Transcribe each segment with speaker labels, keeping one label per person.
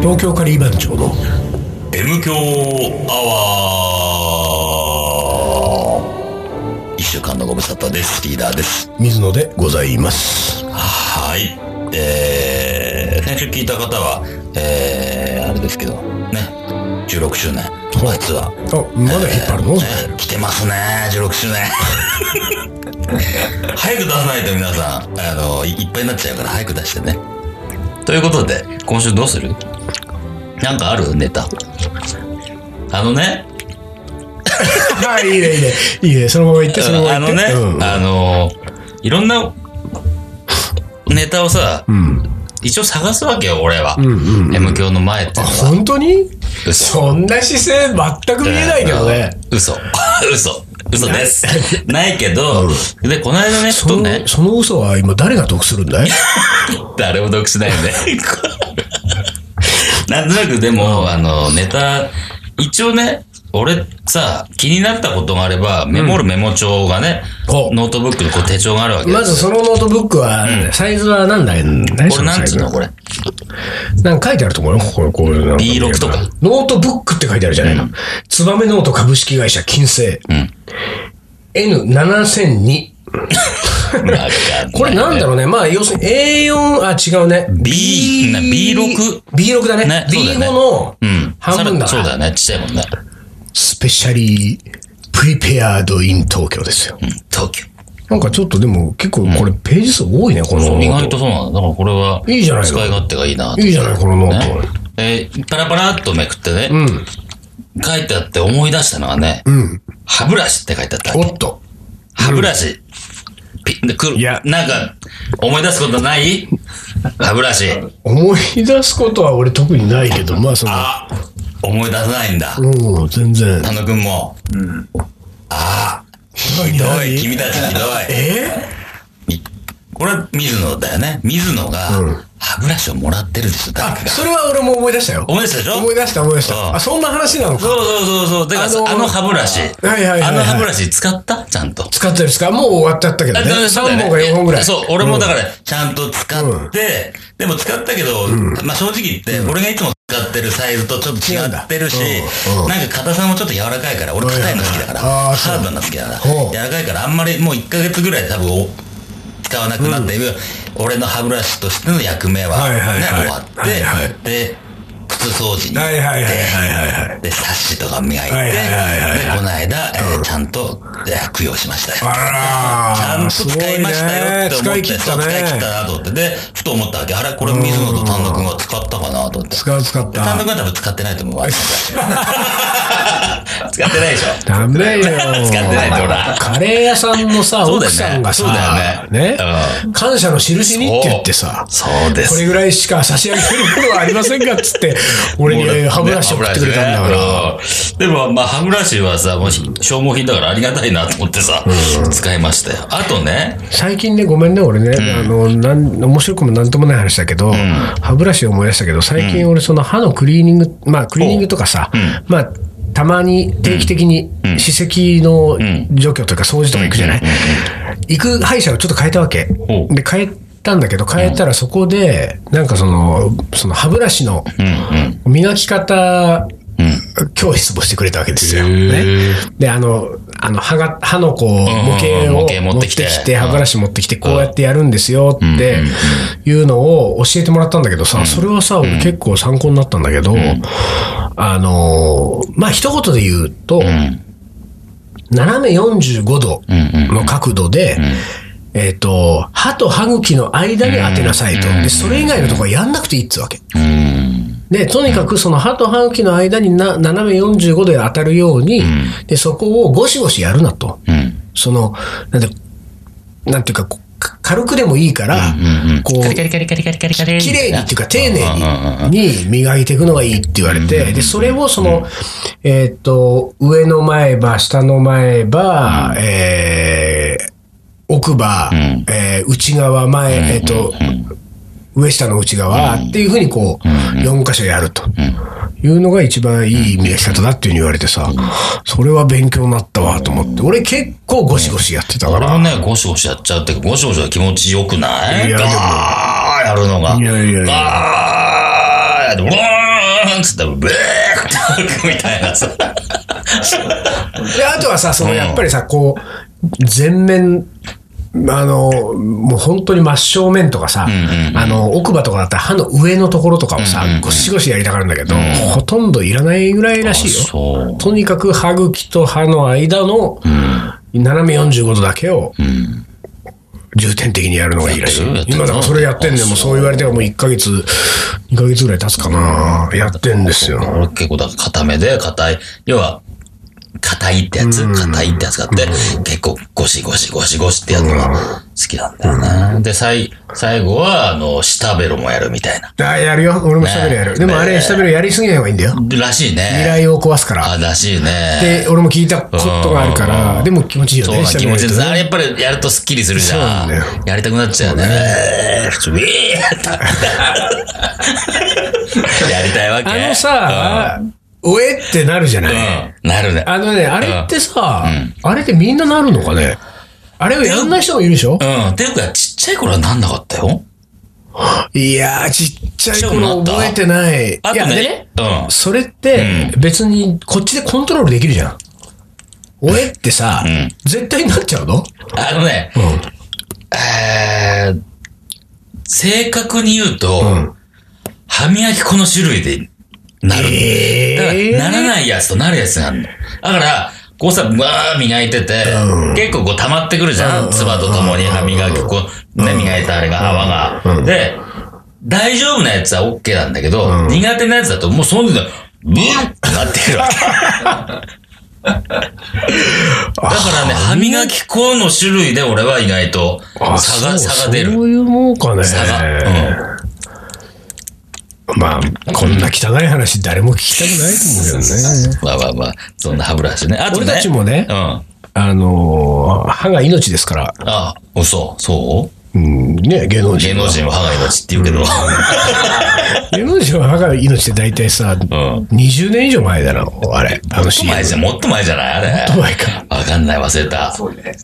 Speaker 1: 東京カリー番長の
Speaker 2: M 強アワー一週間のご無沙汰です。リーダーです。
Speaker 1: 水野でございます。
Speaker 2: はい。えー、先週聞いた方は、えー、あれですけど、ね、16周年。あいつは。
Speaker 1: あ、まだ引っ張るの、
Speaker 2: ね来てますね、16周年。 早く出さないと皆さん、あの、いいっぱいになっちゃうから早く出してね。ということで、今週どうするなんかあるネタ。あのね、
Speaker 1: あ、いいね、いいね。いいね。そのまま行って、そのま
Speaker 2: あ
Speaker 1: ま行
Speaker 2: の
Speaker 1: って。
Speaker 2: ね、
Speaker 1: うん
Speaker 2: あの、いろんなネタをさ、一応探すわけよ、俺は。
Speaker 1: うんうん
Speaker 2: M 教の前っていうのは。
Speaker 1: 本当に
Speaker 2: 嘘。
Speaker 1: そんな姿勢全く見えないけどね。
Speaker 2: 嘘。 嘘。嘘です。 ないけど、で、この間ね、ふ
Speaker 1: そ
Speaker 2: と
Speaker 1: の、
Speaker 2: ね、
Speaker 1: その嘘は今誰が得するんだい
Speaker 2: 誰も読しないよね。 なんとなくでも、あの、ネタ、一応ね、俺さ、気になったことがあれば、メモるメモ帳がね、
Speaker 1: お
Speaker 2: ノートブックにこう手帳があるわけ
Speaker 1: ま
Speaker 2: で
Speaker 1: ず
Speaker 2: すよ。
Speaker 1: そのノートブックは、サイズは何だい何
Speaker 2: これなんつうのこ
Speaker 1: れ。
Speaker 2: れ。
Speaker 1: なんか書いてあると思うよ。ここにこういうの
Speaker 2: B6 とか。
Speaker 1: ノートブックって書いてあるじゃないの。ツバメノート株式会社金星。
Speaker 2: ん
Speaker 1: N7002。
Speaker 2: なんか
Speaker 1: これなんだろうね。まあ、要するに A4、あ、違うね。
Speaker 2: B な B6。
Speaker 1: B6 だね。
Speaker 2: ねそうだ
Speaker 1: B5
Speaker 2: よね
Speaker 1: の
Speaker 2: うん。
Speaker 1: 半分だ
Speaker 2: そうだ
Speaker 1: な。
Speaker 2: よね。ちっちゃいもんね。
Speaker 1: スペシャリープリペアードイン東京ですよ。
Speaker 2: うん。東京。
Speaker 1: なんかちょっとでも結構これページ数多いね、このノ
Speaker 2: 意
Speaker 1: ー
Speaker 2: 外
Speaker 1: ト。
Speaker 2: とそうなんだ。だからこれは、
Speaker 1: いいじゃないの
Speaker 2: 使い勝手がいいなと
Speaker 1: いいじゃない、このノート。
Speaker 2: ね。えーパラパラっとめくってね、書いてあって思い出したのはね、歯ブラシって書いてあったわ
Speaker 1: お
Speaker 2: け
Speaker 1: っ。と。
Speaker 2: 歯ブラシ。ピでくる
Speaker 1: いや
Speaker 2: なんか、思い出すことない歯ブラシ。
Speaker 1: 思い出すことは俺特にないけど、まあその、
Speaker 2: あ、思い出さないんだ。
Speaker 1: うん、全然。
Speaker 2: 田野くんも。ひどい、君たちひどい。
Speaker 1: え
Speaker 2: みこれは水野だよね。水野が歯ブラシをもらってるんですよ、誰かが。
Speaker 1: それは俺も思い出したよ。
Speaker 2: 思い出したでしょ
Speaker 1: 思い出した、思い出し
Speaker 2: う
Speaker 1: た。
Speaker 2: ん
Speaker 1: あ、そんな話なのか。
Speaker 2: そうそうそうそう。だからさ、
Speaker 1: あ
Speaker 2: あ
Speaker 1: のー
Speaker 2: の歯ブラシ。
Speaker 1: はいはいはいはい
Speaker 2: あの歯ブラシ使ったちゃんと。
Speaker 1: 使ってるんですかもう終わっちゃったけど
Speaker 2: あ
Speaker 1: ね。
Speaker 2: だそうだ
Speaker 1: 3
Speaker 2: よね
Speaker 1: 本か4本ぐらい。
Speaker 2: そう、俺もだから、ちゃんと使って、でも使ったけど、まあ正直言って、俺がいつも使ってるサイズとちょっと違ってるし
Speaker 1: 違うんだうんう、ん
Speaker 2: なんか硬さもちょっと柔らかいから、俺硬いの好きだから、
Speaker 1: あーそう
Speaker 2: ハードなの好きだから、
Speaker 1: ほう
Speaker 2: 柔らかいからあんまりもう1ヶ月ぐらい多分お、使わなくなっている、俺の歯ブラシとしての役目は、
Speaker 1: は
Speaker 2: ね
Speaker 1: いはいはい
Speaker 2: 終わ
Speaker 1: はいはい
Speaker 2: って、で、靴掃除に行っ
Speaker 1: は
Speaker 2: て
Speaker 1: いはいはいはいはいはい。
Speaker 2: で、サッシとか磨いて、
Speaker 1: はいはいはいはい
Speaker 2: で、この間、えーちゃんと、えー供養しましたよ。ち
Speaker 1: あ
Speaker 2: ゃん
Speaker 1: ら
Speaker 2: と
Speaker 1: す
Speaker 2: 使
Speaker 1: ご
Speaker 2: いましたよって思っ
Speaker 1: 使
Speaker 2: て、
Speaker 1: い切っ
Speaker 2: そ
Speaker 1: た
Speaker 2: う使い切った
Speaker 1: ね。
Speaker 2: なと思って、で、ふと思ったわけ、あれ、これ水野と丹野くんが使ったかなと思って。
Speaker 1: 使う使っ
Speaker 2: 丹
Speaker 1: た。
Speaker 2: 野くんは多分使ってないと思うわ。使ってないでしょ。
Speaker 1: ダメよ。
Speaker 2: 使ってないとほら
Speaker 1: カレー屋さんのさ、
Speaker 2: そう
Speaker 1: 奥
Speaker 2: だよね
Speaker 1: さんが
Speaker 2: そうだ
Speaker 1: さ、
Speaker 2: よね
Speaker 1: ね、感謝の印にって言ってさ、
Speaker 2: そうで
Speaker 1: これ
Speaker 2: す。
Speaker 1: ぐらいしか差し上げるものはありませんかっつって、俺にね歯ブラシ送ってくれたんだから。
Speaker 2: ら。でも、まあ、歯ブラシはさ、もうし消耗品だからありがたいなと思ってさ、使いましたよ。あとね、
Speaker 1: 最近ね、ごめんね、俺ね、あの、なん、面白くもなんともない話だけど、歯ブラシを思い出したけど、最近俺その歯のクリーニング、まあ、クリーニングとかさ、まあ、たまに定期的に歯石の除去というか掃除とか行くじゃない、行く歯医者をちょっと変えたわけ。
Speaker 2: ほう
Speaker 1: で、変えたんだけど、変えたらそこで、なんかその、その歯ブラシの磨き方、教室もしてくれたわけですよ。ね、で、あの、あの、歯が、歯のこう、模型を
Speaker 2: 模型持ってきて
Speaker 1: 持ってきて、歯ブラシ持ってきて、こうやってやるんですよっていうのを教えてもらったんだけどさ、それはさ、俺結構参考になったんだけど、あのー、まあ、一言で言うと、斜め45度の角度で、えっ、と、歯と歯茎の間に当てなさいと。で、それ以外のところはやんなくていいっつうわけ。で、とにかくその歯と歯茎の間にな斜め45度で当たるように、で、そこをゴシゴシやるなと。その、なんで、なんていうか、こうか軽くでもいいから、こう、
Speaker 2: カリカリカリカリカリカリ。
Speaker 1: 綺麗にっていうか丁寧にに磨いていくのがいいって言われて、で、それをその、えーっと、上の前歯、下の前歯、えー奥歯、えー内側、前、えーっと、上下の内側っていうふうにこう、4箇所やると。いうのが一番いい磨き方だっていうふうに言われてさ、それは勉強になったわと思って。俺結構ゴシゴシやってたか
Speaker 2: 俺
Speaker 1: ら。
Speaker 2: もね、ゴシゴシやっちゃうっていうか、ゴシゴシは気持ちよくない
Speaker 1: いや
Speaker 2: ガーやるのが。
Speaker 1: いやいやいや
Speaker 2: ガーやって、うわーーンっつったら、ブーッと吐くみたいなさ。
Speaker 1: で、あとはさ、その、
Speaker 2: うん
Speaker 1: やっぱりさ、こう、全面、あの、もう本当に真正面とかさ、
Speaker 2: んうん
Speaker 1: あの、奥歯とかだったら歯の上のところとかをさ、ゴシゴシやりたがるんだけど、ほとんどいらないぐらいらしい
Speaker 2: あ
Speaker 1: よ。
Speaker 2: そう。
Speaker 1: とにかく歯茎と歯の間の、斜め45度だけを、重点的にやるのがいいらしい
Speaker 2: やってるやっ。てる
Speaker 1: 今だからそれやってんねん。もうそう言われてはもう1ヶ月、2ヶ月ぐらい経つかな。やってんですよ。
Speaker 2: 俺結構だから硬めで、硬い。要は、硬いってやつ、硬いってやつがあって、結構ゴシゴシゴシゴシってやるのが好きなんだよな。で、最、最後は、あの、下ベロもやるみたいな。
Speaker 1: あやるよ。俺も下ベロやる。でもあれ、下ベロやりすぎない方がいいんだよ。
Speaker 2: らしい
Speaker 1: 未
Speaker 2: ね。
Speaker 1: 来を壊すから。
Speaker 2: あ、らしいね。
Speaker 1: で、俺も聞いたことがあるから、でも気持ちいいよ
Speaker 2: そう
Speaker 1: ね、
Speaker 2: な
Speaker 1: 下
Speaker 2: 気
Speaker 1: ベロ
Speaker 2: 持
Speaker 1: や
Speaker 2: ちいい
Speaker 1: ると
Speaker 2: です。
Speaker 1: ね
Speaker 2: あれやっぱりやるとスッキリするじ
Speaker 1: そうな
Speaker 2: ゃ
Speaker 1: ん
Speaker 2: ん
Speaker 1: だよ。
Speaker 2: やりたくなっちゃうね。普通、ウィーッやりたいわけ。
Speaker 1: あのさ、おえってなるじゃ
Speaker 2: う
Speaker 1: ない。
Speaker 2: ん、なるね。
Speaker 1: あのね、あれってさ、あれってみんななるのかねあれをやんない人もいるでしょ
Speaker 2: うん。ていうか、ちっちゃい頃はなんなかったよ。
Speaker 1: いやー、ちっちゃい頃覚えてない。い
Speaker 2: あと
Speaker 1: や、で
Speaker 2: ね
Speaker 1: ね、、
Speaker 2: うん。
Speaker 1: それって別にこっちでコントロールできるじゃん。おえってさ
Speaker 2: ん、
Speaker 1: 絶対になっちゃうの
Speaker 2: あのね、えー正確に言うと、
Speaker 1: ん
Speaker 2: 歯磨き粉の種類でなる。だから
Speaker 1: え
Speaker 2: ならないやつとなるやつがあるの。だから、こうさ、うわー磨いてて、
Speaker 1: うん
Speaker 2: 結構こう溜まってくるじゃん。唾とともに歯磨き粉、ね、磨いたあれが、泡が。で、大丈夫なやつは OK なんだけど、苦手なやつだともうその時点で、ブーってなって くるわけ。だからね、歯磨き粉の種類で俺は意外と
Speaker 1: あ
Speaker 2: 差が、
Speaker 1: そう
Speaker 2: 差が出る
Speaker 1: そ。ういうもんかね。
Speaker 2: 差が。
Speaker 1: まあ、こんな汚い話、誰も聞きたくないと思うけどね。
Speaker 2: うん。まあまあまあ、そんな歯ブラシね。あと
Speaker 1: 俺
Speaker 2: ね。
Speaker 1: たちもね
Speaker 2: うん。あ
Speaker 1: あのー歯が命ですから、
Speaker 2: あ、嘘。そ
Speaker 1: うん、ね、芸能
Speaker 2: う芸
Speaker 1: 人は。
Speaker 2: 能人は歯が命って言うけど。
Speaker 1: 芸能人は歯が命って大体さ、20年以上前だな、あれ、あの CM。
Speaker 2: 前じゃ、もっと前じゃないあれ。もっ
Speaker 1: と前か。
Speaker 2: わかんない、忘れた。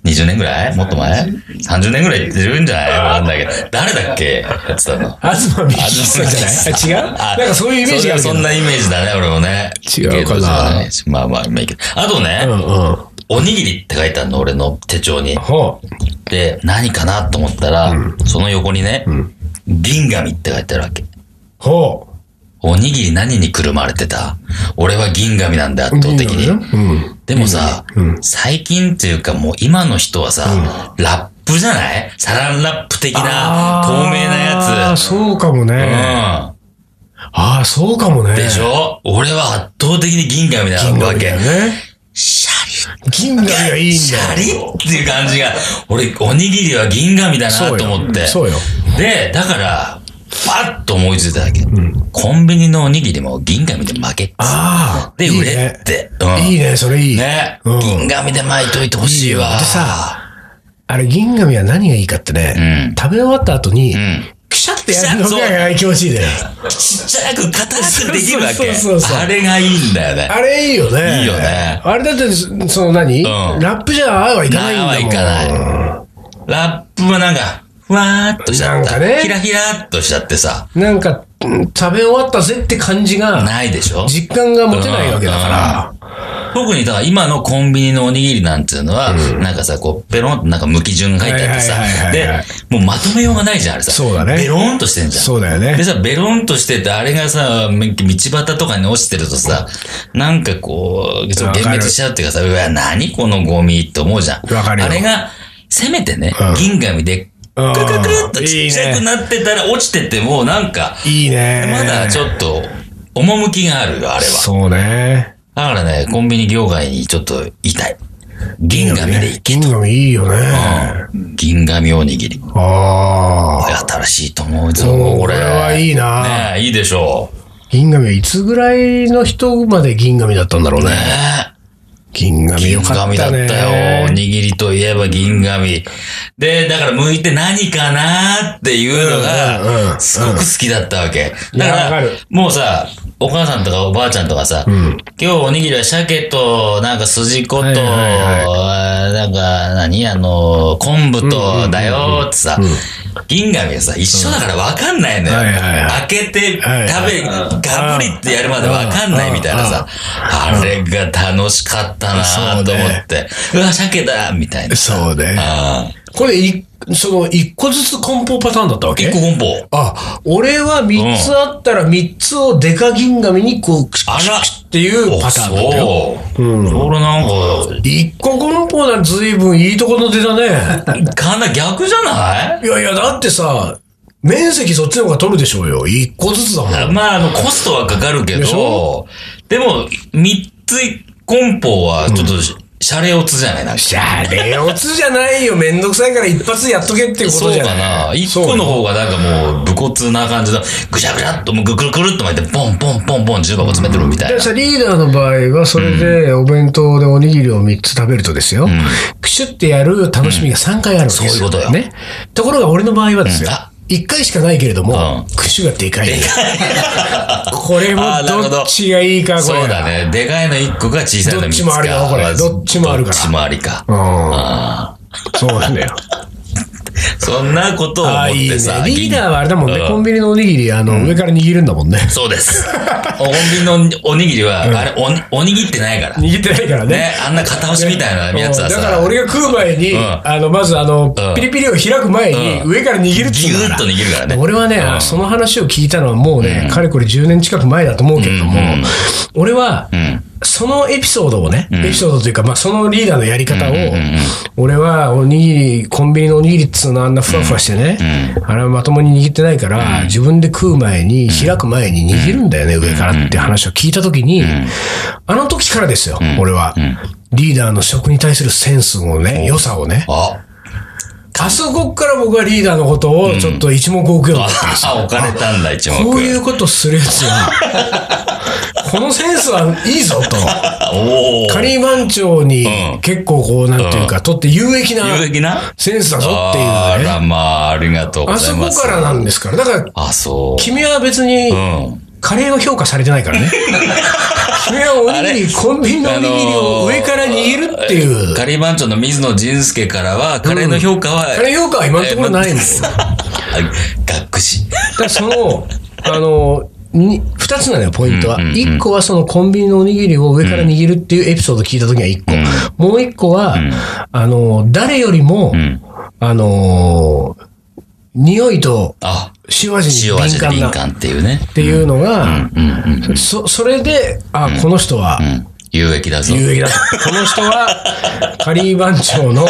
Speaker 2: 20年ぐらいもっと前 ?30 年ぐらいいってるんじゃないわかんないけど。誰だっけやってたの。
Speaker 1: 東美希さんじゃないあ違うなんかそういうイメージがあるけ
Speaker 2: そ
Speaker 1: ど
Speaker 2: んなイメージだね、俺もね。
Speaker 1: 違うかな
Speaker 2: 芸能人はねまあまあ、まあいいけど。あとね、
Speaker 1: うんうん。
Speaker 2: おにぎりって書いてあるの、俺の手帳に。
Speaker 1: ほう。
Speaker 2: で、何かなと思ったら、その横にね、銀紙って書いてあるわけ。
Speaker 1: ほ
Speaker 2: おにぎり何にくるまれてた俺は銀紙なんだ、
Speaker 1: う。
Speaker 2: 圧倒的に。
Speaker 1: うん。
Speaker 2: でもさ、最近っていうかもう今の人はさ、ラップじゃないサランラップ的な
Speaker 1: あー
Speaker 2: 透明な
Speaker 1: あ
Speaker 2: や
Speaker 1: ー
Speaker 2: つ。
Speaker 1: そうかもね。
Speaker 2: う
Speaker 1: ああ、そうかもね。
Speaker 2: ん。でしょ俺は圧倒的に銀紙な
Speaker 1: 銀
Speaker 2: わ
Speaker 1: 紙だよ
Speaker 2: け。
Speaker 1: ね。
Speaker 2: シャリ
Speaker 1: 銀紙がいいん
Speaker 2: シャ
Speaker 1: だ
Speaker 2: リ
Speaker 1: よ。
Speaker 2: っていう感じが、俺、おにぎりは銀紙だなと思って。
Speaker 1: そうよ
Speaker 2: で、だから、パッと思いついただけ。コンビニのおにぎりも銀紙で負けっつ
Speaker 1: ああ。
Speaker 2: で、
Speaker 1: いい
Speaker 2: 売
Speaker 1: ね
Speaker 2: れって。うん
Speaker 1: いいね、それいい。
Speaker 2: ね。
Speaker 1: うん
Speaker 2: 銀紙で巻いといてほしい
Speaker 1: いい
Speaker 2: わ。
Speaker 1: よでさあれ、銀紙は何がいいかってね、
Speaker 2: うん
Speaker 1: 食べ終わった後に、
Speaker 2: うん。
Speaker 1: くしゃってやるの
Speaker 2: くしゃっ
Speaker 1: が気持ちいいね。
Speaker 2: ちっちゃく硬くできるわけ。
Speaker 1: そうそうそうそう
Speaker 2: あれがいいんだよね。
Speaker 1: あれいいよね。
Speaker 2: いいよね
Speaker 1: あれだって、そその何、
Speaker 2: ん
Speaker 1: ラップじゃああはいかないんだもん。
Speaker 2: いかない。ラップはなんか、ふわーっとしちゃった。
Speaker 1: なんかね
Speaker 2: ひらひらっとしちゃってさ、
Speaker 1: なんか、うん食べ終わったぜって感じが、
Speaker 2: ないでしょ
Speaker 1: 実感が持てないわけだから。
Speaker 2: 特にだから今のコンビニのおにぎりなんていうのは、なんかさ、こう、ペロンとなんか向き順が入ってあってさ
Speaker 1: はいはい、はい
Speaker 2: で
Speaker 1: はいはい、
Speaker 2: もうまとめようがないじゃん、あれさ。
Speaker 1: そうだね
Speaker 2: ベロンとしてんじゃん。
Speaker 1: そうだよね
Speaker 2: でさ、ベロンとしてて、あれがさ、道端とかに落ちてるとさ、なんかこう、ちょっと幻滅しちゃうっていうかさ、うわ、何このゴミって思うじゃん。
Speaker 1: わかるよ
Speaker 2: あれが、せめてね
Speaker 1: うん、
Speaker 2: 銀紙で、ク
Speaker 1: うん
Speaker 2: ルクルクルっとちっちゃくなってたら落ちてても、なんか、
Speaker 1: いいね。
Speaker 2: まだち
Speaker 1: っ
Speaker 2: ょっと、趣があるよ、あれ
Speaker 1: と
Speaker 2: は。
Speaker 1: そうね。
Speaker 2: だからね、コンビニ業界にちょっといたい。銀紙でいい。
Speaker 1: 銀紙いいよね。あ
Speaker 2: 銀紙おにぎり。
Speaker 1: あ
Speaker 2: 新しいと思う
Speaker 1: ー。
Speaker 2: ぞ、
Speaker 1: もうこ
Speaker 2: 俺。
Speaker 1: れはいいな。
Speaker 2: ねえいいでしょう。
Speaker 1: 銀紙いつぐらいの人まで銀紙だったんだろう
Speaker 2: ね
Speaker 1: ね。銀紙よ
Speaker 2: 銀
Speaker 1: かっ
Speaker 2: 紙
Speaker 1: た
Speaker 2: だっ
Speaker 1: ね。
Speaker 2: たよ。おにぎりといえば銀紙。で、だから剥いて何かなっていうの
Speaker 1: うんうんうん
Speaker 2: が、すごく好きだったわけ。
Speaker 1: い
Speaker 2: だ
Speaker 1: や
Speaker 2: か
Speaker 1: わからる、
Speaker 2: もうさ、お母さんとかおばあちゃんとかさ、今日おにぎりは鮭と、なんか筋子と、
Speaker 1: はいはいは
Speaker 2: なんか何あの、昆布とだよってさ、銀紙はさ、一緒だから分かんないのよ。
Speaker 1: はいはいは
Speaker 2: 開けて、食べ、
Speaker 1: はいはい
Speaker 2: ガブリってやるまで分かんないみたいなさ、あれが楽しかったなと思って、うわ、鮭だみたいな。
Speaker 1: そうね。
Speaker 2: ああ
Speaker 1: これ、い、その、一個ずつ梱包パターンだったわけ
Speaker 2: 一個本舗。
Speaker 1: あ、俺は三つあったら三つをデカ銀紙にこう、クシ
Speaker 2: あ
Speaker 1: ャ
Speaker 2: ら
Speaker 1: っていうパターンだったよ。
Speaker 2: そう。俺なんか、
Speaker 1: 一個梱包なら随分いいとこの出だね。
Speaker 2: かな、逆じゃない
Speaker 1: いやいや、だってさ、面積そっちの方が取るでしょうよ。一個ずつだもん。
Speaker 2: まあ、あの、コストはかかるけ
Speaker 1: でし
Speaker 2: ど
Speaker 1: ょ、
Speaker 2: でも、三つ梱包は、ちょっと、シャレオツじゃないなんか。
Speaker 1: じゃあ、レオツじゃないよ。めんどくさいから一発やっとけっていうこ
Speaker 2: そ
Speaker 1: と
Speaker 2: う
Speaker 1: じゃ
Speaker 2: か
Speaker 1: な
Speaker 2: な。
Speaker 1: い。
Speaker 2: 一個の方がなんかもう、武骨な感じだ。ぐちゃぐちゃっと、もうぐくるくるっと巻いて、ポンポンポンポン重箱詰めてるみたい
Speaker 1: で
Speaker 2: な。
Speaker 1: さ、リーダーの場合は、それでお弁当でおにぎりを3つ食べるとですよ、クシュってやる楽しみが3回あるわけですよ、
Speaker 2: そういうことよ
Speaker 1: ね。ところが俺の場合はですよ
Speaker 2: うんあ、
Speaker 1: 1回しかないけれども、クシュがでかい。これも
Speaker 2: あーなるほど
Speaker 1: どっちがいいか、これ。
Speaker 2: そうだね。でかいの一個が小さいの三つか。
Speaker 1: どっちもありだわこれどっちもあるから
Speaker 2: どっちもありか。
Speaker 1: うん。そうなんだよ。
Speaker 2: そんなことを思
Speaker 1: あ
Speaker 2: っ
Speaker 1: あ、いいね
Speaker 2: てさ。。
Speaker 1: リーダーはあれだもんね
Speaker 2: う、
Speaker 1: コンビニのおにぎり、あの、上から握るんだ もんね。
Speaker 2: そうです。コンビニのおにぎりは、あれ、おに、おにぎってないから。
Speaker 1: 握ってないからね。
Speaker 2: ね、あんな片押しみたいなやつはさ、
Speaker 1: だから俺が食う前に、
Speaker 2: ん
Speaker 1: あの、まずあの、ピリピリを開く前に、
Speaker 2: うん
Speaker 1: 上から握るっ
Speaker 2: ギ
Speaker 1: て
Speaker 2: ュ
Speaker 1: う
Speaker 2: ーッと握るからね。
Speaker 1: 俺はね、
Speaker 2: うん
Speaker 1: その話を聞いたのはもうね、かれこれ10年近く前だと思うけれども、
Speaker 2: うんうん
Speaker 1: 俺は、
Speaker 2: ん
Speaker 1: そのエピソードをね、エピソードというか、まあ、そのリーダーのやり方を、
Speaker 2: んうん
Speaker 1: 俺はおにぎり、コンビニのおにぎりっつうのはあんなふわふわしてね、あれはまともに握ってないから、自分で食う前に、開く前に握るんだよね、上からって話を聞いたときに、あの時からですよ、俺は。リーダーの食に対するセンスをね、良さをね。
Speaker 2: あ、
Speaker 1: あそこから僕はリーダーのことをちょっと一目置くようになったんですよ。
Speaker 2: あ、置かれたんだ、一目。
Speaker 1: こういうことするやつは、 このセンスはいいぞと。
Speaker 2: あお
Speaker 1: カ
Speaker 2: ー。
Speaker 1: リー番長に結構こう、なんていうか、とって有益な
Speaker 2: 有益な
Speaker 1: センスだぞっていう
Speaker 2: あ
Speaker 1: ね。
Speaker 2: ら、まあ、ありがとうご
Speaker 1: あ
Speaker 2: ざ
Speaker 1: そ
Speaker 2: い
Speaker 1: こ
Speaker 2: ます。
Speaker 1: からなんですから。だから、
Speaker 2: あ、そう。
Speaker 1: 君は別に
Speaker 2: うん、
Speaker 1: カレーは評価されてないから ね。君はおにぎり、コンビニのおにぎりを上から握るっていう。
Speaker 2: カリー番長の水野仁介からは、カレーの評価は、
Speaker 1: カレー評価は今のところないんです よ。
Speaker 2: 学士。
Speaker 1: だからその、あの、に二つなのよ、ポイントは。
Speaker 2: うんうんうん
Speaker 1: 一、個はそのコンビニのおにぎりを上から握るっていうエピソード聞いたときは一個。もう一個は、あの、誰よりも、
Speaker 2: ん
Speaker 1: あの、匂いと
Speaker 2: あ、
Speaker 1: 塩味に
Speaker 2: 塩味
Speaker 1: 敏感
Speaker 2: で
Speaker 1: な
Speaker 2: 敏
Speaker 1: っ
Speaker 2: 感っていうね。
Speaker 1: ていうのが、
Speaker 2: うんうん。
Speaker 1: そ、それで、あ、この人は
Speaker 2: うん有益だぞ。
Speaker 1: 有益だ。この人は、カリー番長の、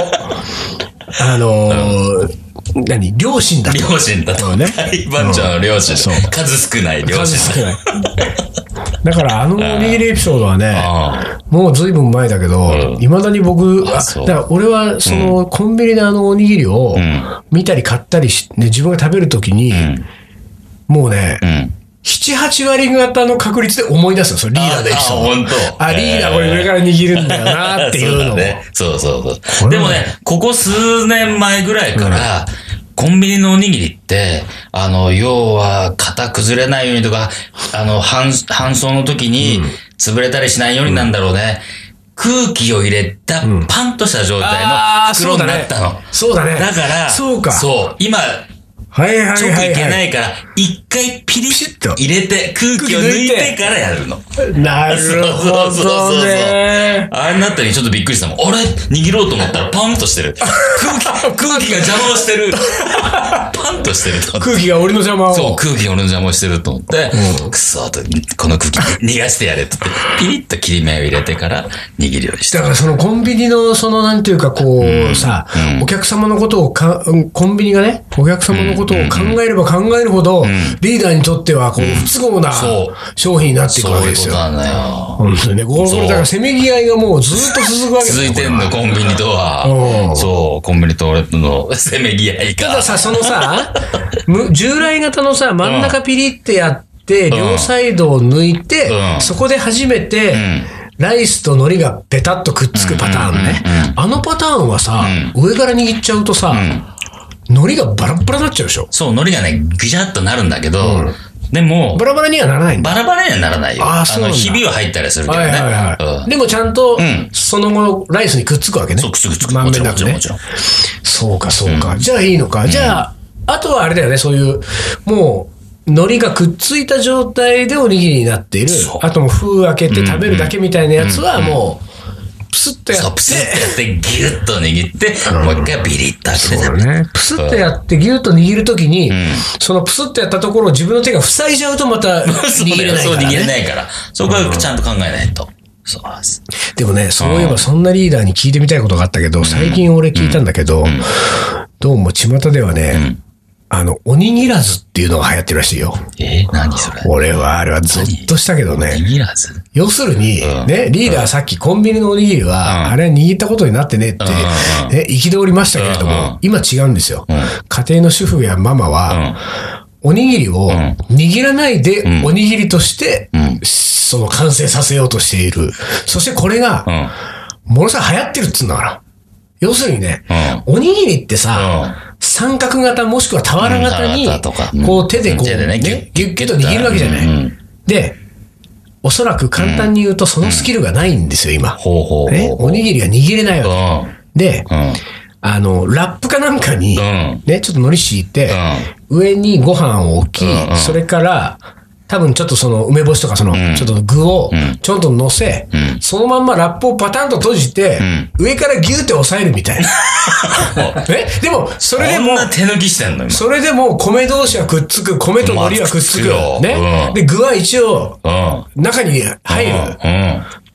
Speaker 1: あの、何、両親だと。
Speaker 2: 両親だ
Speaker 1: そ
Speaker 2: と。
Speaker 1: うね
Speaker 2: カリー番長の両親。
Speaker 1: うんそう
Speaker 2: 数少ない両
Speaker 1: 数
Speaker 2: 親
Speaker 1: 少ない。だから、あのおにぎりエピソードはね、
Speaker 2: あ
Speaker 1: もうずいぶん前だけど、いまだに僕、あ
Speaker 2: そう
Speaker 1: だから俺はそのコンビニであのおにぎりを
Speaker 2: ん
Speaker 1: 見たり買ったりし、ね、自分が食べるときに、もうね、
Speaker 2: あ。うん。
Speaker 1: 7、8割方の確率で思い出すの、そのリーダーでエピソード
Speaker 2: あ本当
Speaker 1: あ、リーダー、俺上から握るんだよなっていうのを。
Speaker 2: そうだね。そうそうそう。
Speaker 1: こ
Speaker 2: で
Speaker 1: れ
Speaker 2: も
Speaker 1: は
Speaker 2: ね、ここ数年前ぐらいから、コンビニのおにぎりって、あの、要は、型崩れないようにとか、あの、搬搬送の時に、潰れたりしないようになんだろうね。空気を入れた、パンとした状態
Speaker 1: あー
Speaker 2: の
Speaker 1: そ
Speaker 2: 袋
Speaker 1: うだ
Speaker 2: に
Speaker 1: ね
Speaker 2: なったの。
Speaker 1: そうだね。
Speaker 2: だから、
Speaker 1: そうか。
Speaker 2: そう。今、
Speaker 1: はいはい
Speaker 2: 直
Speaker 1: はい
Speaker 2: いけ
Speaker 1: は。
Speaker 2: ないいから、一回ピリ
Speaker 1: シュ
Speaker 2: ッ
Speaker 1: ッと
Speaker 2: と入れて、空気を抜いてからやるの。
Speaker 1: なるほ
Speaker 2: そうそうそう
Speaker 1: ど
Speaker 2: そう
Speaker 1: ね。
Speaker 2: あれになったりちょっとびっくりしたもん。あれ握ろうと思ったらパンとしてる。空気、空気が邪魔をして る。パンとしてると思って。
Speaker 1: 空気が俺の邪魔を。
Speaker 2: そう、空気が俺の邪魔をしてると思って、くそーと、この空気逃がしてやれとって、ピリッと切り目を入れてから握るようにした。
Speaker 1: だからそのコンビニのそのなんていうかこうさ、お客様のことをか、うんコンビニがね、お客様のことを考えれば考えるほど、リーダーにとってはこう不都合な
Speaker 2: そう
Speaker 1: 商品になっていく
Speaker 2: そう
Speaker 1: わけ
Speaker 2: いう
Speaker 1: で
Speaker 2: こ
Speaker 1: す
Speaker 2: と
Speaker 1: よ。
Speaker 2: なんだよ。
Speaker 1: 本当にね。こう
Speaker 2: そう
Speaker 1: だからせめぎ合いがもうずっと続くわけだ
Speaker 2: 続
Speaker 1: よ
Speaker 2: いてん
Speaker 1: これ
Speaker 2: の、
Speaker 1: は
Speaker 2: コンビニと
Speaker 1: う
Speaker 2: は。
Speaker 1: ん
Speaker 2: そう、コンビニと俺とのせめぎ合い
Speaker 1: ただ
Speaker 2: が。
Speaker 1: さ、そのさ、む従来型のさ、真ん中ピリってやって、
Speaker 2: ん
Speaker 1: 両サイドを抜いて、
Speaker 2: うん
Speaker 1: そこで初めて、
Speaker 2: ん
Speaker 1: ライスと海苔がペタッとくっつくパターンね。あのパターンはさ、上から握っちゃうとさ、海苔がバラッバラになっちゃうでしょ。
Speaker 2: そう、海苔がね、ぐちゃっとなるんだけど、でも
Speaker 1: バ、ラバラにはならないんだ。
Speaker 2: バラバラにはならないよ。
Speaker 1: あー
Speaker 2: あ
Speaker 1: そうな
Speaker 2: の、
Speaker 1: んだ
Speaker 2: ひびは入ったりするけど
Speaker 1: はい
Speaker 2: ね
Speaker 1: はいは。
Speaker 2: うん
Speaker 1: い。でもちゃんと
Speaker 2: ん、
Speaker 1: その後、ライスにくっつくわけね。
Speaker 2: そう、くっつくっつく。
Speaker 1: ま
Speaker 2: も
Speaker 1: んべ
Speaker 2: ち
Speaker 1: ん
Speaker 2: ろん、
Speaker 1: なく
Speaker 2: もちろん、
Speaker 1: ね
Speaker 2: も。ちろん。
Speaker 1: そうか、そうか。じゃあいいのか。じゃあ、あとはあれだよね、そういう、もう、海苔がくっついた状態でおにぎりになっている
Speaker 2: そう。
Speaker 1: あともう封開けて食べるだけみたいなやつはもう、プスッとや
Speaker 2: そ
Speaker 1: っ
Speaker 2: う、プスってやって、ギュッと握って、もう一回ビリッと開けて食べる。
Speaker 1: ね。プスッとやってギュッと握るときに、そのプスッとやったところを自分の手が塞いじゃうとまた
Speaker 2: そう
Speaker 1: 握
Speaker 2: だ
Speaker 1: れ
Speaker 2: よ
Speaker 1: ない
Speaker 2: そ
Speaker 1: か
Speaker 2: う
Speaker 1: ら
Speaker 2: 握れ
Speaker 1: ね。
Speaker 2: ないから。そこはちゃんと考えないと。そうなんです。
Speaker 1: でもね、そういえばそんなリーダーに聞いてみたいことがあったけど、最近俺聞いたんだけど、どうも巷ではね、あの、おにぎらずっていうのが流行ってるらしいよ。
Speaker 2: えー何それ
Speaker 1: 俺はあれはゾッとしたけどね。
Speaker 2: 握らず
Speaker 1: 要するに、ね、リーダーさっきコンビニのおにぎりは、
Speaker 2: うん
Speaker 1: あれは握ったことになってねって、ね、憤りましたけれど
Speaker 2: うん
Speaker 1: も、今違うんですよ。家庭の主婦やママは、おにぎりを握らないでおにぎりとして、その完成させようとしている。そしてこれ
Speaker 2: う
Speaker 1: が、
Speaker 2: ん。
Speaker 1: ものすごい流行ってるっつうんだから。要するにね、おにぎりってさ、三角型もしくは俵型に
Speaker 2: うん俵型とかうん、
Speaker 1: こう手でこう、
Speaker 2: 手でね
Speaker 1: ねギ
Speaker 2: ギュ
Speaker 1: ュ
Speaker 2: ッ
Speaker 1: ッギュッと握るわけじゃない。
Speaker 2: うん
Speaker 1: で、おそらく簡単に言うとそのスキルがないんですよ、今。
Speaker 2: ほうほう
Speaker 1: ね、
Speaker 2: ほう。
Speaker 1: おにぎりが握れないわけ。で、
Speaker 2: うん。うん。
Speaker 1: あの、ラップかなんかに、
Speaker 2: うん
Speaker 1: ね、ちょっと海苔敷いて、上にご飯を置き、
Speaker 2: うんうん
Speaker 1: それから、多分ちょっとその梅干しとかその、ちょっと具をちょっと乗せ、そのまんまラップをパタンと閉じて、上からギューって押さえるみたい な。ね、でも、 それで
Speaker 2: こん
Speaker 1: も、
Speaker 2: な手抜きしてんの今。
Speaker 1: それでも米同士はくっつく、米と海苔はくっつくよ。
Speaker 2: まあくっつくよ
Speaker 1: ね
Speaker 2: う。ん
Speaker 1: で、具は一応、
Speaker 2: うん。
Speaker 1: 中に入る。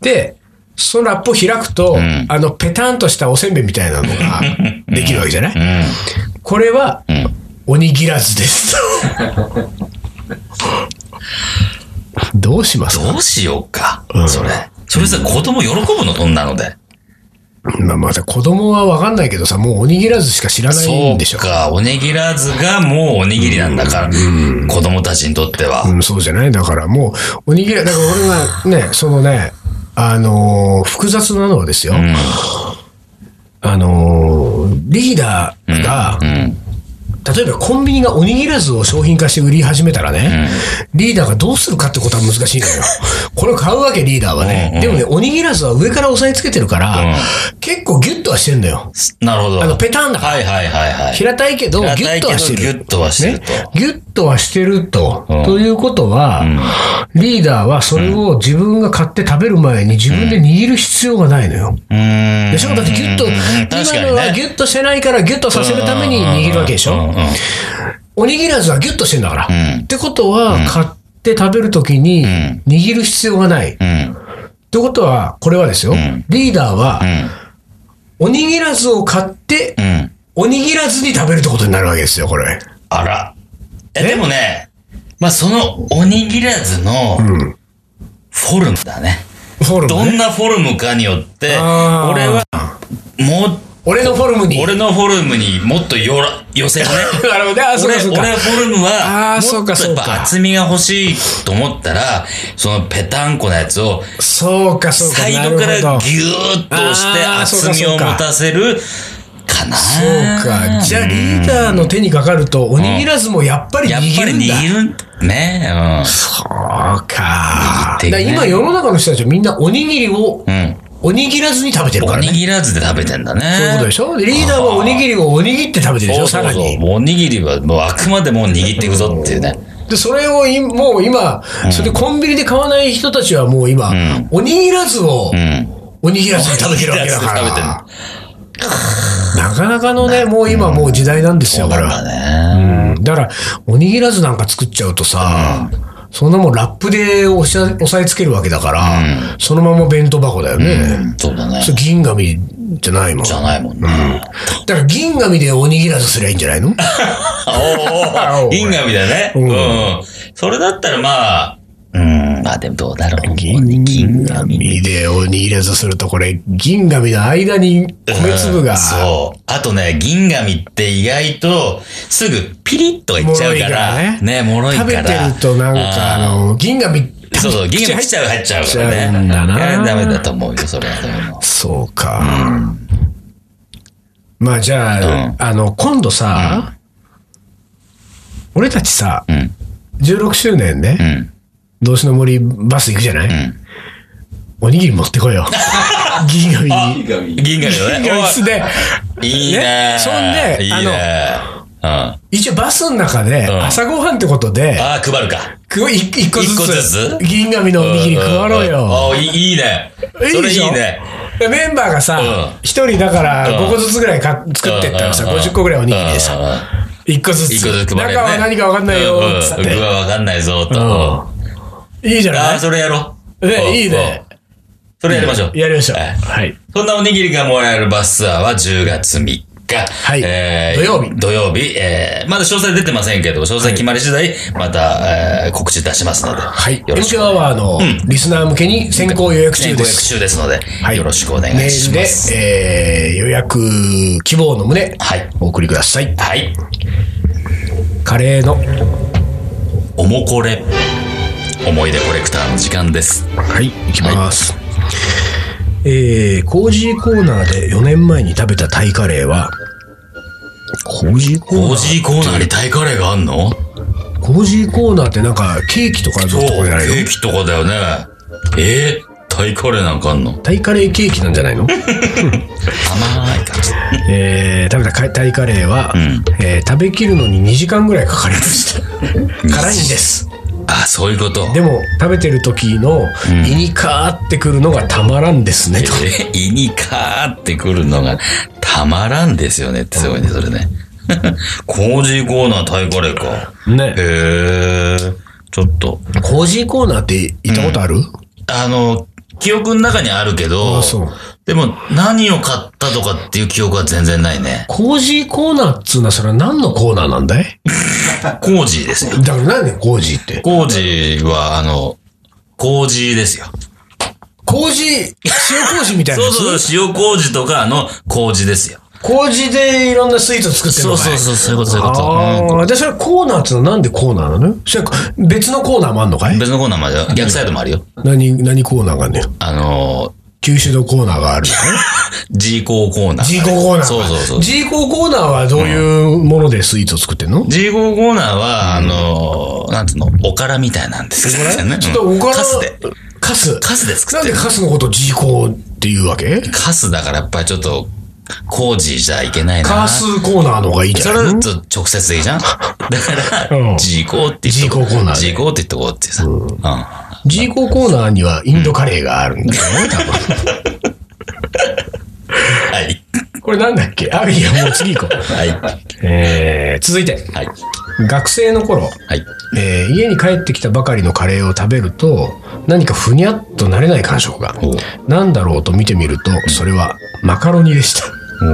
Speaker 1: で、そのラップを開くと、
Speaker 2: ん
Speaker 1: あの、ペタンとしたおせんべいみたいなのができるわけじゃない、
Speaker 2: うん。うん。
Speaker 1: これは、
Speaker 2: ん
Speaker 1: おにぎらず です。どうしますか
Speaker 2: どうしようか
Speaker 1: う。ん
Speaker 2: それ。それさ、子供喜ぶのそんなので。
Speaker 1: まあまだ子供はわかんないけどさ、もうおにぎらずしか知らない
Speaker 2: そ
Speaker 1: んでし
Speaker 2: う
Speaker 1: ょ。
Speaker 2: か。おにぎらずがもうおにぎりなんだから。子供たちにとっては。
Speaker 1: うん、そうじゃないだからもう、おにぎら、だから俺がね、そのね、あのー複雑なのはですよ。
Speaker 2: うん。
Speaker 1: あのーリーダーが、
Speaker 2: うん。
Speaker 1: 例えばコンビニがおにぎらずを商品化して売り始めたらね、リーダーがどうするかってことは難しいのよ。これを買うわけリーダーはね。
Speaker 2: うんうん
Speaker 1: でもね、おにぎらずは上から押さえつけてるから、結構ギュッとはしてんだよ。
Speaker 2: なるほど。
Speaker 1: あの、ペタンだから。
Speaker 2: はいはいはいはい。
Speaker 1: 平たいけど、ギュッとはしてる。
Speaker 2: 平たいけどギュッとはしてると
Speaker 1: ねギュッとはしてると。
Speaker 2: うん
Speaker 1: ということは、リーダーはそれを自分が買って食べる前に自分で握る必要がないのよ。
Speaker 2: で
Speaker 1: でしょだってギュッと、今のはギ
Speaker 2: ュッ
Speaker 1: ュッとしてないからギュッとさせるために握るわけでし
Speaker 2: うんう
Speaker 1: ょ
Speaker 2: ん
Speaker 1: おにぎらずはギュッとしてんだから。
Speaker 2: うん
Speaker 1: ってことは、買って食べるときに
Speaker 2: ん
Speaker 1: 握る必要がない。って
Speaker 2: うん
Speaker 1: ことは、これはですよ、
Speaker 2: ん
Speaker 1: リーダーは
Speaker 2: う、ん
Speaker 1: おにぎらずを買って、
Speaker 2: うんうん
Speaker 1: おにぎらずに食べるってことになるわけですよ、これ。
Speaker 2: あら。え、でもね、まあ、そのおにぎらずの
Speaker 1: ん
Speaker 2: フォルムだね。
Speaker 1: フォル
Speaker 2: ど
Speaker 1: ム、
Speaker 2: ん
Speaker 1: ね。
Speaker 2: なフォルムかによって、
Speaker 1: あー
Speaker 2: 俺は、もう、
Speaker 1: 俺のフォルムに。
Speaker 2: 俺のフォルムにもっとよら寄せるね。
Speaker 1: なるほど ね。あ、そう
Speaker 2: 俺、
Speaker 1: かそう
Speaker 2: 俺
Speaker 1: か。
Speaker 2: フォルム
Speaker 1: あ
Speaker 2: は、
Speaker 1: ーそ
Speaker 2: も
Speaker 1: う
Speaker 2: っ
Speaker 1: か
Speaker 2: とやっ
Speaker 1: そうか
Speaker 2: ぱ厚みが欲しいと思ったら、そのペタンコのやつを、
Speaker 1: そうか、そうか。
Speaker 2: サイドからギューッと押して
Speaker 1: あー
Speaker 2: 厚みを
Speaker 1: そうかそうか
Speaker 2: 持たせるかな。
Speaker 1: そうか。じゃあ、リーダーの手にかかると、おにぎらずもやっぱり
Speaker 2: やっぱ
Speaker 1: 握
Speaker 2: り
Speaker 1: るんだ。
Speaker 2: 握るね。
Speaker 1: そうか。
Speaker 2: 握ってるね
Speaker 1: だから今、世の中の人たちはみんなおにぎりを
Speaker 2: う、ん。うん。
Speaker 1: おにぎらずに食べてる
Speaker 2: お
Speaker 1: から
Speaker 2: に
Speaker 1: ね。
Speaker 2: ぎらずで食べてんだね。
Speaker 1: そういうことでしょリーダーはおにぎりをおにぎって食べてるでし
Speaker 2: そ
Speaker 1: ょ
Speaker 2: うそ
Speaker 1: さ
Speaker 2: う
Speaker 1: ら
Speaker 2: そう。
Speaker 1: に。
Speaker 2: もうおにぎりはもうあくまでもう握っていくぞっていうね。
Speaker 1: で、それをいもう今、それでコンビニで買わない人たちはもう今、おにぎらずを
Speaker 2: うん。
Speaker 1: おにぎらずに食べてるわけだか
Speaker 2: おにぎらずで食
Speaker 1: ら。なかなかのね、もう今もう時代なんですよ、これ
Speaker 2: だ
Speaker 1: は。
Speaker 2: ね。
Speaker 1: うんだから、おにぎらずなんか作っちゃうとさ、そんなもんラップで押し押さえつけるわけだから、そのまま弁当箱だよね。
Speaker 2: そうだね
Speaker 1: そ。れ銀紙じゃないもん。
Speaker 2: じ
Speaker 1: だ
Speaker 2: ゃないもんね。
Speaker 1: から銀紙でおにぎらずすりゃいいんじゃないの
Speaker 2: おうおうおう銀紙だね。
Speaker 1: ん
Speaker 2: うん。それだったらまあ、うん。まあでもどうだろう。
Speaker 1: 銀紙でおにぎらずすると、これ、銀紙の間に米粒
Speaker 2: う
Speaker 1: が
Speaker 2: ん、そう。あとね、銀紙って意外と、すぐピリッといっちゃ
Speaker 1: 脆
Speaker 2: うから。
Speaker 1: いからね
Speaker 2: ね、もろいか
Speaker 1: 食べて
Speaker 2: ら。
Speaker 1: るとなんか、あの、銀紙、
Speaker 2: そうそう、銀紙入っちゃう、入っちゃうから
Speaker 1: 入っ
Speaker 2: ね。
Speaker 1: ちゃうんだない
Speaker 2: やダメだと思うよ、それは。そういうの
Speaker 1: そうか。まあじゃ
Speaker 2: うん
Speaker 1: あ、あの、今度さ、俺たちさ、
Speaker 2: うん。
Speaker 1: 16周年
Speaker 2: う
Speaker 1: ね、
Speaker 2: ん。
Speaker 1: 同志の森バス行くじゃない
Speaker 2: ん
Speaker 1: おにぎり持ってこい よ。銀紙に。
Speaker 2: 銀紙だ
Speaker 1: 銀紙
Speaker 2: ね。
Speaker 1: 室で。
Speaker 2: おいいいね
Speaker 1: ねそんで
Speaker 2: いいね。うん。あ
Speaker 1: 一応バスの中で、
Speaker 2: ん
Speaker 1: 朝ごはんってことで、
Speaker 2: あー、配るか。
Speaker 1: く一一個ず
Speaker 2: 一個ず
Speaker 1: つ
Speaker 2: つ、
Speaker 1: 銀紙のおにぎり配ろう
Speaker 2: うんうんうん
Speaker 1: よ。
Speaker 2: あーいいいいね。それ
Speaker 1: で
Speaker 2: い
Speaker 1: しょ
Speaker 2: いね。。
Speaker 1: メンバーがさ
Speaker 2: うん、
Speaker 1: 一人だから
Speaker 2: うん
Speaker 1: 5個ずつぐらいか作ってったらさ、
Speaker 2: うんうんうん
Speaker 1: 50個ぐらいおにぎりで
Speaker 2: うんう
Speaker 1: さ、
Speaker 2: んうん
Speaker 1: 一個ずつ
Speaker 2: 一個ずつ。配れるね
Speaker 1: 中は何かわかんないよ
Speaker 2: うう、ん
Speaker 1: つっ
Speaker 2: 具
Speaker 1: て。
Speaker 2: はわかんないぞ、と。
Speaker 1: んいいじゃ
Speaker 2: あ
Speaker 1: な
Speaker 2: あ、
Speaker 1: い
Speaker 2: それやろう。
Speaker 1: ね
Speaker 2: うん
Speaker 1: いいね。
Speaker 2: うんそれやりましょう。
Speaker 1: やりましょう。
Speaker 2: はい
Speaker 1: はい。
Speaker 2: そんなおにぎりがもらえるバスツアーは10月3日。
Speaker 1: い
Speaker 2: え
Speaker 1: 土曜日
Speaker 2: 土曜日。えーまだ詳細出てませんけど、詳細決まり次第、また、えー告知出しますので。
Speaker 1: はい。
Speaker 2: よろし
Speaker 1: MQ
Speaker 2: く。
Speaker 1: アワーのリスナー向けに先行予約中
Speaker 2: ご
Speaker 1: で
Speaker 2: 予約
Speaker 1: す。
Speaker 2: 中ですので、
Speaker 1: はい
Speaker 2: よろしくお願
Speaker 1: メ
Speaker 2: いし
Speaker 1: ール
Speaker 2: ま。、
Speaker 1: ですえー予約希望の旨、
Speaker 2: はい。
Speaker 1: お送りください。
Speaker 2: はい。
Speaker 1: カレーの、
Speaker 2: おもこれ。思い出コレクターの時間です。
Speaker 1: はい、いきます。えー、コージーコーナーで4年前に食べたタイカレーは、コージーコーナー
Speaker 2: コージーコーナーにタイカレーがあんの
Speaker 1: コージーコーナーってなんかケーキとかのと
Speaker 2: そう、ケ
Speaker 1: こじゃないの
Speaker 2: ーキとかだよね。えー、タイカレーなんかあんの
Speaker 1: タイカレーケーキなんじゃ ないの
Speaker 2: 甘い感じ。
Speaker 1: えー、食べたカタイカレーは、
Speaker 2: ん
Speaker 1: えー食べきるのに2時間ぐらいかかりました。辛いんです。
Speaker 2: あ、そういうこと。
Speaker 1: でも食べてる時の胃にカーってくるのがたまらんですね、と。
Speaker 2: え胃にカーってくるのがたまらんですよねってすごいね、それね。 コージーコーナータイカレーか。
Speaker 1: ね
Speaker 2: へ。え。ちょっと。
Speaker 1: コージーコーナーって行ったことある、
Speaker 2: あの、記憶の中にあるけど
Speaker 1: あそう、
Speaker 2: でも何を買ったとかっていう記憶は全然ないね。
Speaker 1: コージーコーナーっつうのはそれは何のコーナーなんだい
Speaker 2: コージーですよ。
Speaker 1: だから何ねコージーって。
Speaker 2: コージーは、あの、コージーですよ。
Speaker 1: コージー、塩コージーみたいな
Speaker 2: そ
Speaker 1: や
Speaker 2: う
Speaker 1: つ
Speaker 2: そう、塩コージとかのコージですよ。
Speaker 1: コージーでいろんなスイーツを作ってる
Speaker 2: そ
Speaker 1: の
Speaker 2: う
Speaker 1: かい
Speaker 2: そうそう、そういうこと、そういうこと。うん
Speaker 1: ああ、で、それコーナーっつうのはなんでコーナーなのそれ別のコーナーもあんのかい
Speaker 2: 別のコーナーもあるよ。逆サイドもあるよ。
Speaker 1: 何、何コーナーがあんのよ。
Speaker 2: あの
Speaker 1: 九州のコーナーが あるのかい
Speaker 2: ー、G コーコーナー。
Speaker 1: G コーコーナー。
Speaker 2: そうそうそう。
Speaker 1: G コーコーナーはどういうものでスイーツを作ってんの、
Speaker 2: G コーコーナーは、あのー、なんつうの、おからみたいなんですけどね。
Speaker 1: ちょっとおから、
Speaker 2: カスで。。
Speaker 1: カス。
Speaker 2: カスで作
Speaker 1: な
Speaker 2: っ
Speaker 1: ん
Speaker 2: て
Speaker 1: で
Speaker 2: る。
Speaker 1: カスのことを G コーっていうわけ
Speaker 2: カスだからやっぱりちょっと、コージじゃいけないな。
Speaker 1: カースコーナーの方がいいじ
Speaker 2: そ
Speaker 1: ゃ
Speaker 2: れ
Speaker 1: ん。
Speaker 2: だと直接 的じゃんだか
Speaker 1: うん
Speaker 2: ら、G コーって言っとこう。
Speaker 1: G コーナーで
Speaker 2: G コーって言っとこうってさ。うん。
Speaker 1: G コーコーナーにはインドカレーがあるんだよね、多分。
Speaker 2: はい。
Speaker 1: これなんだっけあ、いや、もう次行こう。
Speaker 2: はい。
Speaker 1: えー、続いて、
Speaker 2: はい。
Speaker 1: 学生の頃、
Speaker 2: はい。
Speaker 1: えー家に帰ってきたばかりのカレーを食べると、何かふにゃっとなれない感触が
Speaker 2: おう、
Speaker 1: なんだろうと見てみると、それはマカロニでした。
Speaker 2: お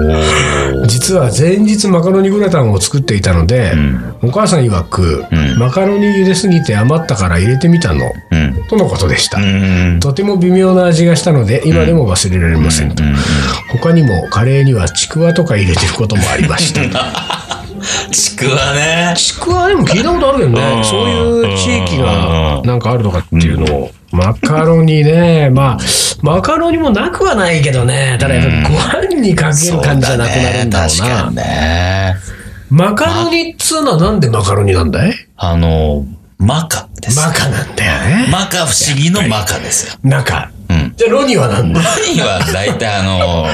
Speaker 2: ー。
Speaker 1: 実は前日マカロニグラタンを作っていたので、お母さん曰く、
Speaker 2: うん
Speaker 1: マカロニ茹ですぎて余ったから入れてみたの、
Speaker 2: うん。
Speaker 1: とのことでした。
Speaker 2: うん。
Speaker 1: とても微妙な味がしたので、今でも忘れられませんと。他にもカレーにはちくわとか入れてることもありました。
Speaker 2: ちくわね。
Speaker 1: ちくわでも聞いたことあるよ
Speaker 2: う
Speaker 1: ね。
Speaker 2: ん
Speaker 1: そういう地域が
Speaker 2: うん
Speaker 1: なんかあるとかっていうのを。マカロニね。まあ、マカロニもなくはないけどね。ただやっぱりご飯にかける感じじゃなくなるんだろう
Speaker 2: そ
Speaker 1: な
Speaker 2: だね確。かにね。
Speaker 1: マカロニっつうのはなんでマカロニなんだい
Speaker 2: あの、マカです。
Speaker 1: マカなんだよね。
Speaker 2: マカ不思議のマカですよ。
Speaker 1: 中。
Speaker 2: うん。
Speaker 1: じゃあロニはなんだ
Speaker 2: ロニーは大体あ の、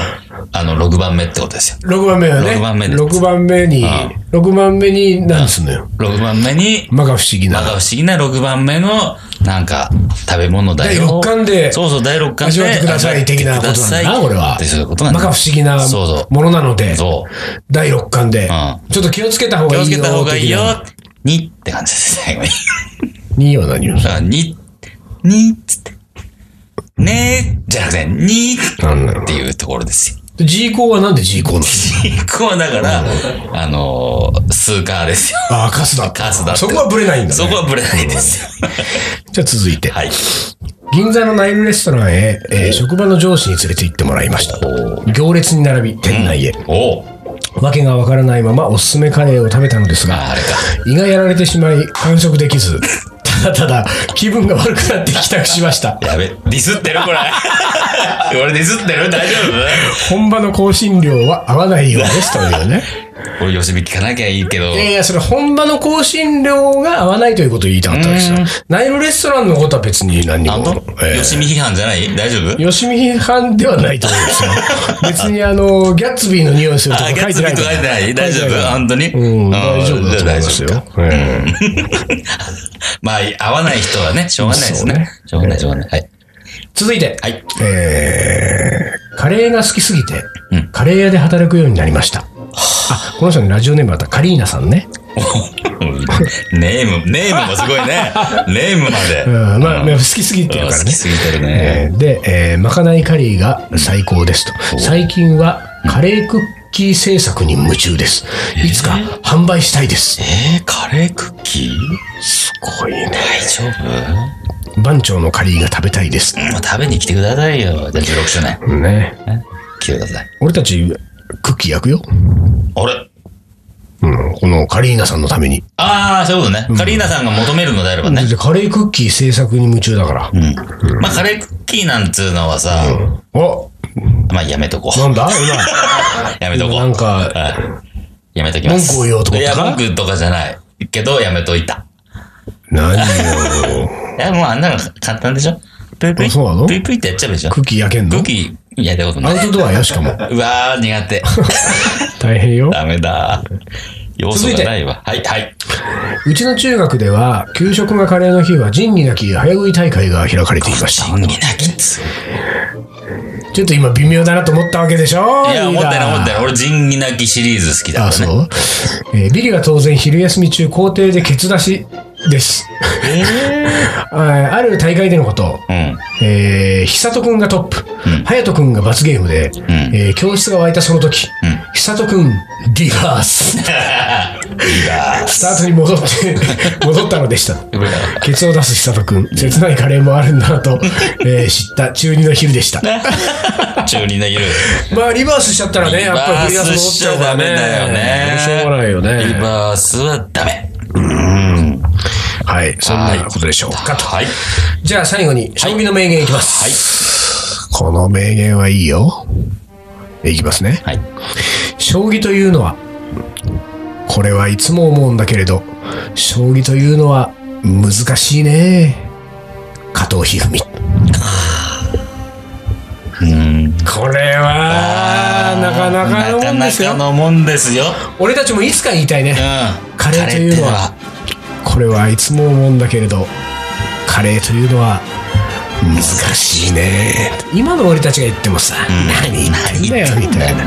Speaker 2: あの、6番目ってことですよ。
Speaker 1: ?6 番目はね。
Speaker 2: 六番目です
Speaker 1: 六番目に
Speaker 2: ん、
Speaker 1: 6番目に何すんのよ。
Speaker 2: 6番目に、
Speaker 1: マカ不思議
Speaker 2: マカ不
Speaker 1: な。
Speaker 2: 思議な6番目の、なんか、食べ物だ
Speaker 1: 第6
Speaker 2: よ。
Speaker 1: 巻で
Speaker 2: そうそう、第6巻で。
Speaker 1: 味わってください的なことなんだな、これは
Speaker 2: ってそういうこと。なん
Speaker 1: マ
Speaker 2: だ。
Speaker 1: カ不思議な
Speaker 2: そうそ
Speaker 1: ものなので
Speaker 2: う。、そう。
Speaker 1: 第6巻で、
Speaker 2: う
Speaker 1: ちょっと気をつけた方
Speaker 2: 気
Speaker 1: がい
Speaker 2: を
Speaker 1: いよ。
Speaker 2: つけた方がいいよ
Speaker 1: 的な。。
Speaker 2: にって感じです、最後に。
Speaker 1: 2は何を
Speaker 2: あ、に、に、つって。ねえ、じゃなくて、に、
Speaker 1: なんだろう
Speaker 2: っていうところですよ。
Speaker 1: で G 項はなんで G 項なの
Speaker 2: こうだから、あのー、スーカーですよ。
Speaker 1: ああ、カスだった。
Speaker 2: カスだって
Speaker 1: そこはブレないんだ
Speaker 2: そこ
Speaker 1: ね。
Speaker 2: はぶれないですよ。
Speaker 1: じゃあ続いて、
Speaker 2: はい。
Speaker 1: 銀座のナイルレストランへ、えー職場の上司に連れて行ってもらいました。行列に並び、店内へ。
Speaker 2: おう
Speaker 1: わけがわからないままおすすめカレーを食べたのです
Speaker 2: あ、あ
Speaker 1: が、
Speaker 2: れか。
Speaker 1: 胃がやられてしまい、完食でき ず、ただただ気分が悪くなって帰宅しました。
Speaker 2: やべ、ディスってるこれ。 俺ディスってる大丈夫
Speaker 1: 本場の香辛料は合わないようですというね。
Speaker 2: 俺、よしび聞かなきゃいいけど
Speaker 1: い、やいや、それ本場の香辛料が合わないということを言いたかったわけですよ。ナイロレストランのことは別に何に
Speaker 2: あん
Speaker 1: も
Speaker 2: と、。
Speaker 1: ええ
Speaker 2: よしみ批判じゃない大丈夫
Speaker 1: 吉見批判ではないと思うん ですよ。別にあの、ギャッツビーの匂いすると
Speaker 2: あ、
Speaker 1: か
Speaker 2: ギャ
Speaker 1: 書
Speaker 2: ッ
Speaker 1: い
Speaker 2: ツ
Speaker 1: て
Speaker 2: ビ
Speaker 1: な
Speaker 2: ー
Speaker 1: い
Speaker 2: と
Speaker 1: か
Speaker 2: 書いて
Speaker 1: ら。
Speaker 2: ない大丈夫本当に
Speaker 1: うん、
Speaker 2: あー
Speaker 1: 大丈夫だと思いますよ
Speaker 2: じゃあ大丈夫か。
Speaker 1: ええ
Speaker 2: まあ、合わない人はね、しょうがないですね。
Speaker 1: そうね
Speaker 2: しょうがない、しょうがない。はい。
Speaker 1: 続いて、
Speaker 2: はい。
Speaker 1: えーカレーが好きすぎて
Speaker 2: うん、
Speaker 1: カレー屋で働くようになりました。あ、この人のラジオネームだったカリーナさんね。
Speaker 2: ネーム、ネームもすご いね。ネームまで。
Speaker 1: うん、まあ、
Speaker 2: うん
Speaker 1: まあ好きすぎてるから
Speaker 2: 好
Speaker 1: ね
Speaker 2: き。すぎてるね。
Speaker 1: えーで、えーまかないカリーが最高ですと。最近はカレークッキー制作に夢中です。いつか販売したいです。
Speaker 2: えー、カレークッキー
Speaker 1: すごいね。
Speaker 2: 大丈夫
Speaker 1: 番長のカリーが食べたいです。
Speaker 2: もう食べに来てくださいよ。じゃあ16周年。
Speaker 1: ね。
Speaker 2: 来てください。
Speaker 1: 俺たち、クッキー焼くよ。
Speaker 2: あれ
Speaker 1: うん。このカリーナさんのために。
Speaker 2: ああ、そういうことね。カリーナさんが求めるのであればね。
Speaker 1: でカレークッキー制作に夢中だから。
Speaker 2: うん。まあ、カレークッキーなんつうのはさ、
Speaker 1: お
Speaker 2: まあ、やめとこ
Speaker 1: なんだ
Speaker 2: う。やめと
Speaker 1: 今。
Speaker 2: こう。
Speaker 1: なんか、
Speaker 2: はいやめときます。
Speaker 1: 文句を言おうと思ったか
Speaker 2: いや、文句とかじゃない。けど、やめといた。
Speaker 1: 何よ。
Speaker 2: いや、もうあんなの簡単でしょプイプイ。
Speaker 1: あそうなの
Speaker 2: プイプイってやっちゃうでしょ
Speaker 1: クッキー焼けんの
Speaker 2: クッキーやったことな
Speaker 1: ア
Speaker 2: い。
Speaker 1: ウトドアよ、しかも。
Speaker 2: うわー、苦手。
Speaker 1: 大変よ。
Speaker 2: ダメだ。要素がないわ。はい、はい。
Speaker 1: うちの中学では、給食がカレーの日は、仁義なき早食い大会が開かれていまし
Speaker 2: 審議なきつ。
Speaker 1: た。ちょっと今微妙だなと思ったわけでしょ
Speaker 2: いや、思ったよ思った
Speaker 1: よ。
Speaker 2: よ。俺、仁義なきシリーズ好きだ
Speaker 1: あ、
Speaker 2: から
Speaker 1: そ
Speaker 2: ね。
Speaker 1: う、えービリが当然昼休み中、校庭でケツ出しです。 あーある大会でのこと、
Speaker 2: うん。
Speaker 1: えー、久人くんがトップ、隼人くんが罰ゲームで、えー教室が沸いたその時、久人くん、リバース。スタートに戻って、 戻ったのでした。ケツを出す久人くん、切ないカレーもあるんだな と、えー知った中二の昼でした。
Speaker 2: 中二の昼。
Speaker 1: まあ、リバースしちゃったらね、
Speaker 2: リ
Speaker 1: やっ
Speaker 2: バ
Speaker 1: ぱ
Speaker 2: ー
Speaker 1: り振り出
Speaker 2: ス
Speaker 1: 戻っ
Speaker 2: し
Speaker 1: ち
Speaker 2: ち
Speaker 1: ゃ
Speaker 2: ゃ
Speaker 1: う
Speaker 2: ダ
Speaker 1: から
Speaker 2: メだよ
Speaker 1: ね。
Speaker 2: ね。
Speaker 1: しょうがないよ
Speaker 2: リ
Speaker 1: ね。
Speaker 2: バースはダメ。
Speaker 1: はい、そんなことでしょうかと。
Speaker 2: はい。
Speaker 1: じゃあ最後に、将棋の名言いきます。
Speaker 2: はい。
Speaker 1: この名言はいいよ。いきますね。
Speaker 2: はい。
Speaker 1: 将棋というのはこれはいつも思うんだけれど将棋というのは難しいね加藤一二三
Speaker 2: うん。
Speaker 1: これはなかなかのもんですよ
Speaker 2: なかなかのもんですよ。
Speaker 1: 俺たちもいつか言いたいね、
Speaker 2: うん。
Speaker 1: カレーというのはこれはいつも思うんだけれどカレーというのは難しいね今の俺たちが言ってもさ、何言ってんだよみたいな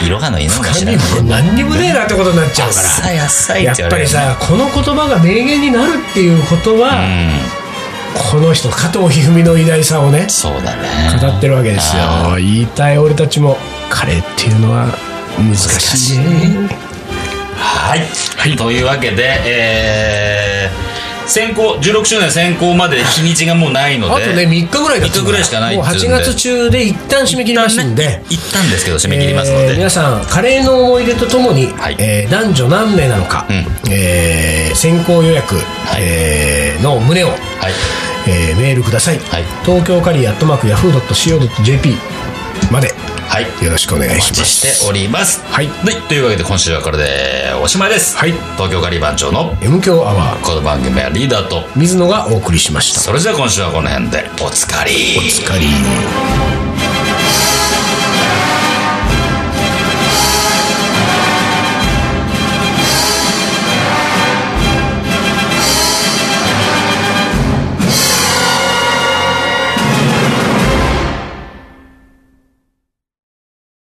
Speaker 2: 色がのいのかしら
Speaker 1: 何も何にもねえなってことになっちゃうから
Speaker 2: 浅い浅い
Speaker 1: や
Speaker 2: て
Speaker 1: っ
Speaker 2: 言
Speaker 1: ぱ
Speaker 2: われ
Speaker 1: り
Speaker 2: るよね
Speaker 1: さこの言葉が名言になるっていうことは、この人加藤一二三の偉大さをね
Speaker 2: うんそうだね
Speaker 1: 語ってるわけです
Speaker 2: あ
Speaker 1: よ言いたい俺たちもカレーっていうのは難しいね
Speaker 2: はい、というわけでえー、選考16周年選考まで日にちがもうないの
Speaker 1: あ
Speaker 2: で
Speaker 1: とね3日ぐらいだ
Speaker 2: 3日ぐらいしかない
Speaker 1: もう
Speaker 2: っつうん
Speaker 1: 8
Speaker 2: で
Speaker 1: 月中で一旦締め切りますんで
Speaker 2: 一旦ですけど締め切りますの
Speaker 1: え
Speaker 2: で、
Speaker 1: ー皆さんカレーの思い出とともに、
Speaker 2: はい
Speaker 1: えー男女何名なのか、
Speaker 2: う
Speaker 1: えー先行予約、
Speaker 2: い
Speaker 1: えーの旨を、
Speaker 2: はい
Speaker 1: えーメールください、
Speaker 2: はい
Speaker 1: 東京カリーアットマークヤフー .co.jp まで
Speaker 2: はい
Speaker 1: よろしくお願い
Speaker 2: お
Speaker 1: し
Speaker 2: 待
Speaker 1: ま
Speaker 2: ち
Speaker 1: す
Speaker 2: しております
Speaker 1: はい
Speaker 2: というわけで今週はこれでおしまいです、
Speaker 1: はい
Speaker 2: 東京ガリ番長の
Speaker 1: M 強アワー
Speaker 2: この番組はリーダーと
Speaker 1: 水野がお送りしました
Speaker 2: それじゃあ今週はこの辺でおつかり
Speaker 1: お疲れ